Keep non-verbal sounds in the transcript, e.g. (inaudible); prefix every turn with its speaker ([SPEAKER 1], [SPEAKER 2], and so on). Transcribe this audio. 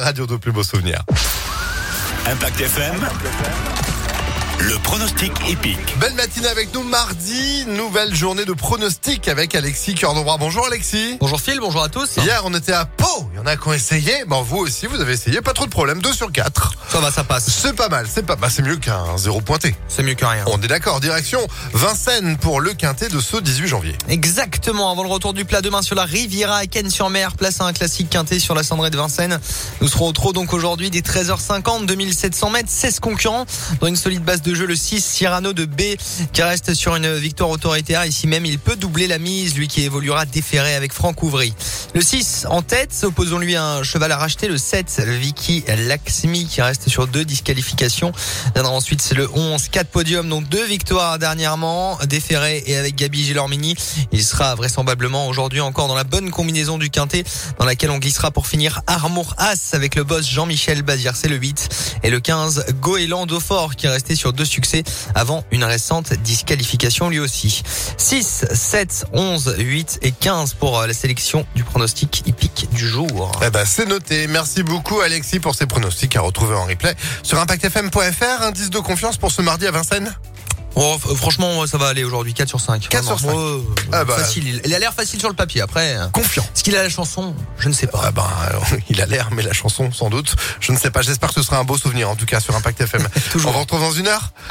[SPEAKER 1] radio de plus beaux souvenirs.
[SPEAKER 2] Impact FM. Le pronostic épique.
[SPEAKER 1] Belle matinée avec nous mardi, nouvelle journée de pronostic avec Alexis Cœur de Roi. Bonjour Alexis.
[SPEAKER 3] Bonjour Phil, bonjour à tous.
[SPEAKER 1] Hier, on était à Pau. Il y en a qui ont essayé. Bon, vous aussi, vous avez essayé. Pas trop de problèmes. 2 sur 4.
[SPEAKER 3] Ça va, ça passe.
[SPEAKER 1] C'est pas mal. Bah, C'est pas mal. C'est mieux qu'un zéro pointé.
[SPEAKER 3] C'est mieux que rien.
[SPEAKER 1] On est d'accord. Direction Vincennes pour le quintet de ce 18 janvier.
[SPEAKER 3] Exactement, avant le retour du plat demain sur la Riviera à Cannes-sur-Mer, place à un classique quintet sur la cendrée de Vincennes. Nous serons au trot donc aujourd'hui des 13h50, 2700 mètres, 16 concurrents. Dans une solide base de jeu, le 6 Cyrano de B qui reste sur une victoire autoritaire. Ici même, il peut doubler la mise, lui qui évoluera déféré avec Franck Ouvry. Le 6 en tête, opposons-lui un cheval à racheter. Le 7, Vicky Laxmi qui reste sur deux disqualifications. Viendra ensuite c'est le 11, 4 podiums, donc deux victoires dernièrement, déféré et avec Gabi Gilormini. Il sera vraisemblablement aujourd'hui encore dans la bonne combinaison du quintet, dans laquelle on glissera pour finir Armour As avec le boss Jean-Michel Bazir, c'est le 8. Et le 15, Goéland Daufort, qui est resté sur deux succès avant une récente disqualification lui aussi. 6, 7, 11, 8 et 15 pour euh, la sélection du pronostic hippique du jour.
[SPEAKER 1] Eh ben, c'est noté. Merci beaucoup, Alexis, pour ces pronostics à retrouver en replay sur impactfm.fr. Indice de confiance pour ce mardi à Vincennes.
[SPEAKER 3] Oh, f- franchement, ça va aller aujourd'hui, 4 sur 5.
[SPEAKER 1] 4 sur 5. Ah bah.
[SPEAKER 3] Facile, il- il a l'air facile sur le papier après. euh,
[SPEAKER 1] Confiant.
[SPEAKER 3] Est-ce qu'il a la chanson Je ne sais pas.
[SPEAKER 1] Ah ben, alors, (laughs) il a l'air, mais la chanson, sans doute. Je ne sais pas. J'espère que ce sera un beau souvenir, en tout cas, sur Impact FM.
[SPEAKER 3] (laughs) Toujours.
[SPEAKER 1] On rentre dans une heure.
[SPEAKER 3] À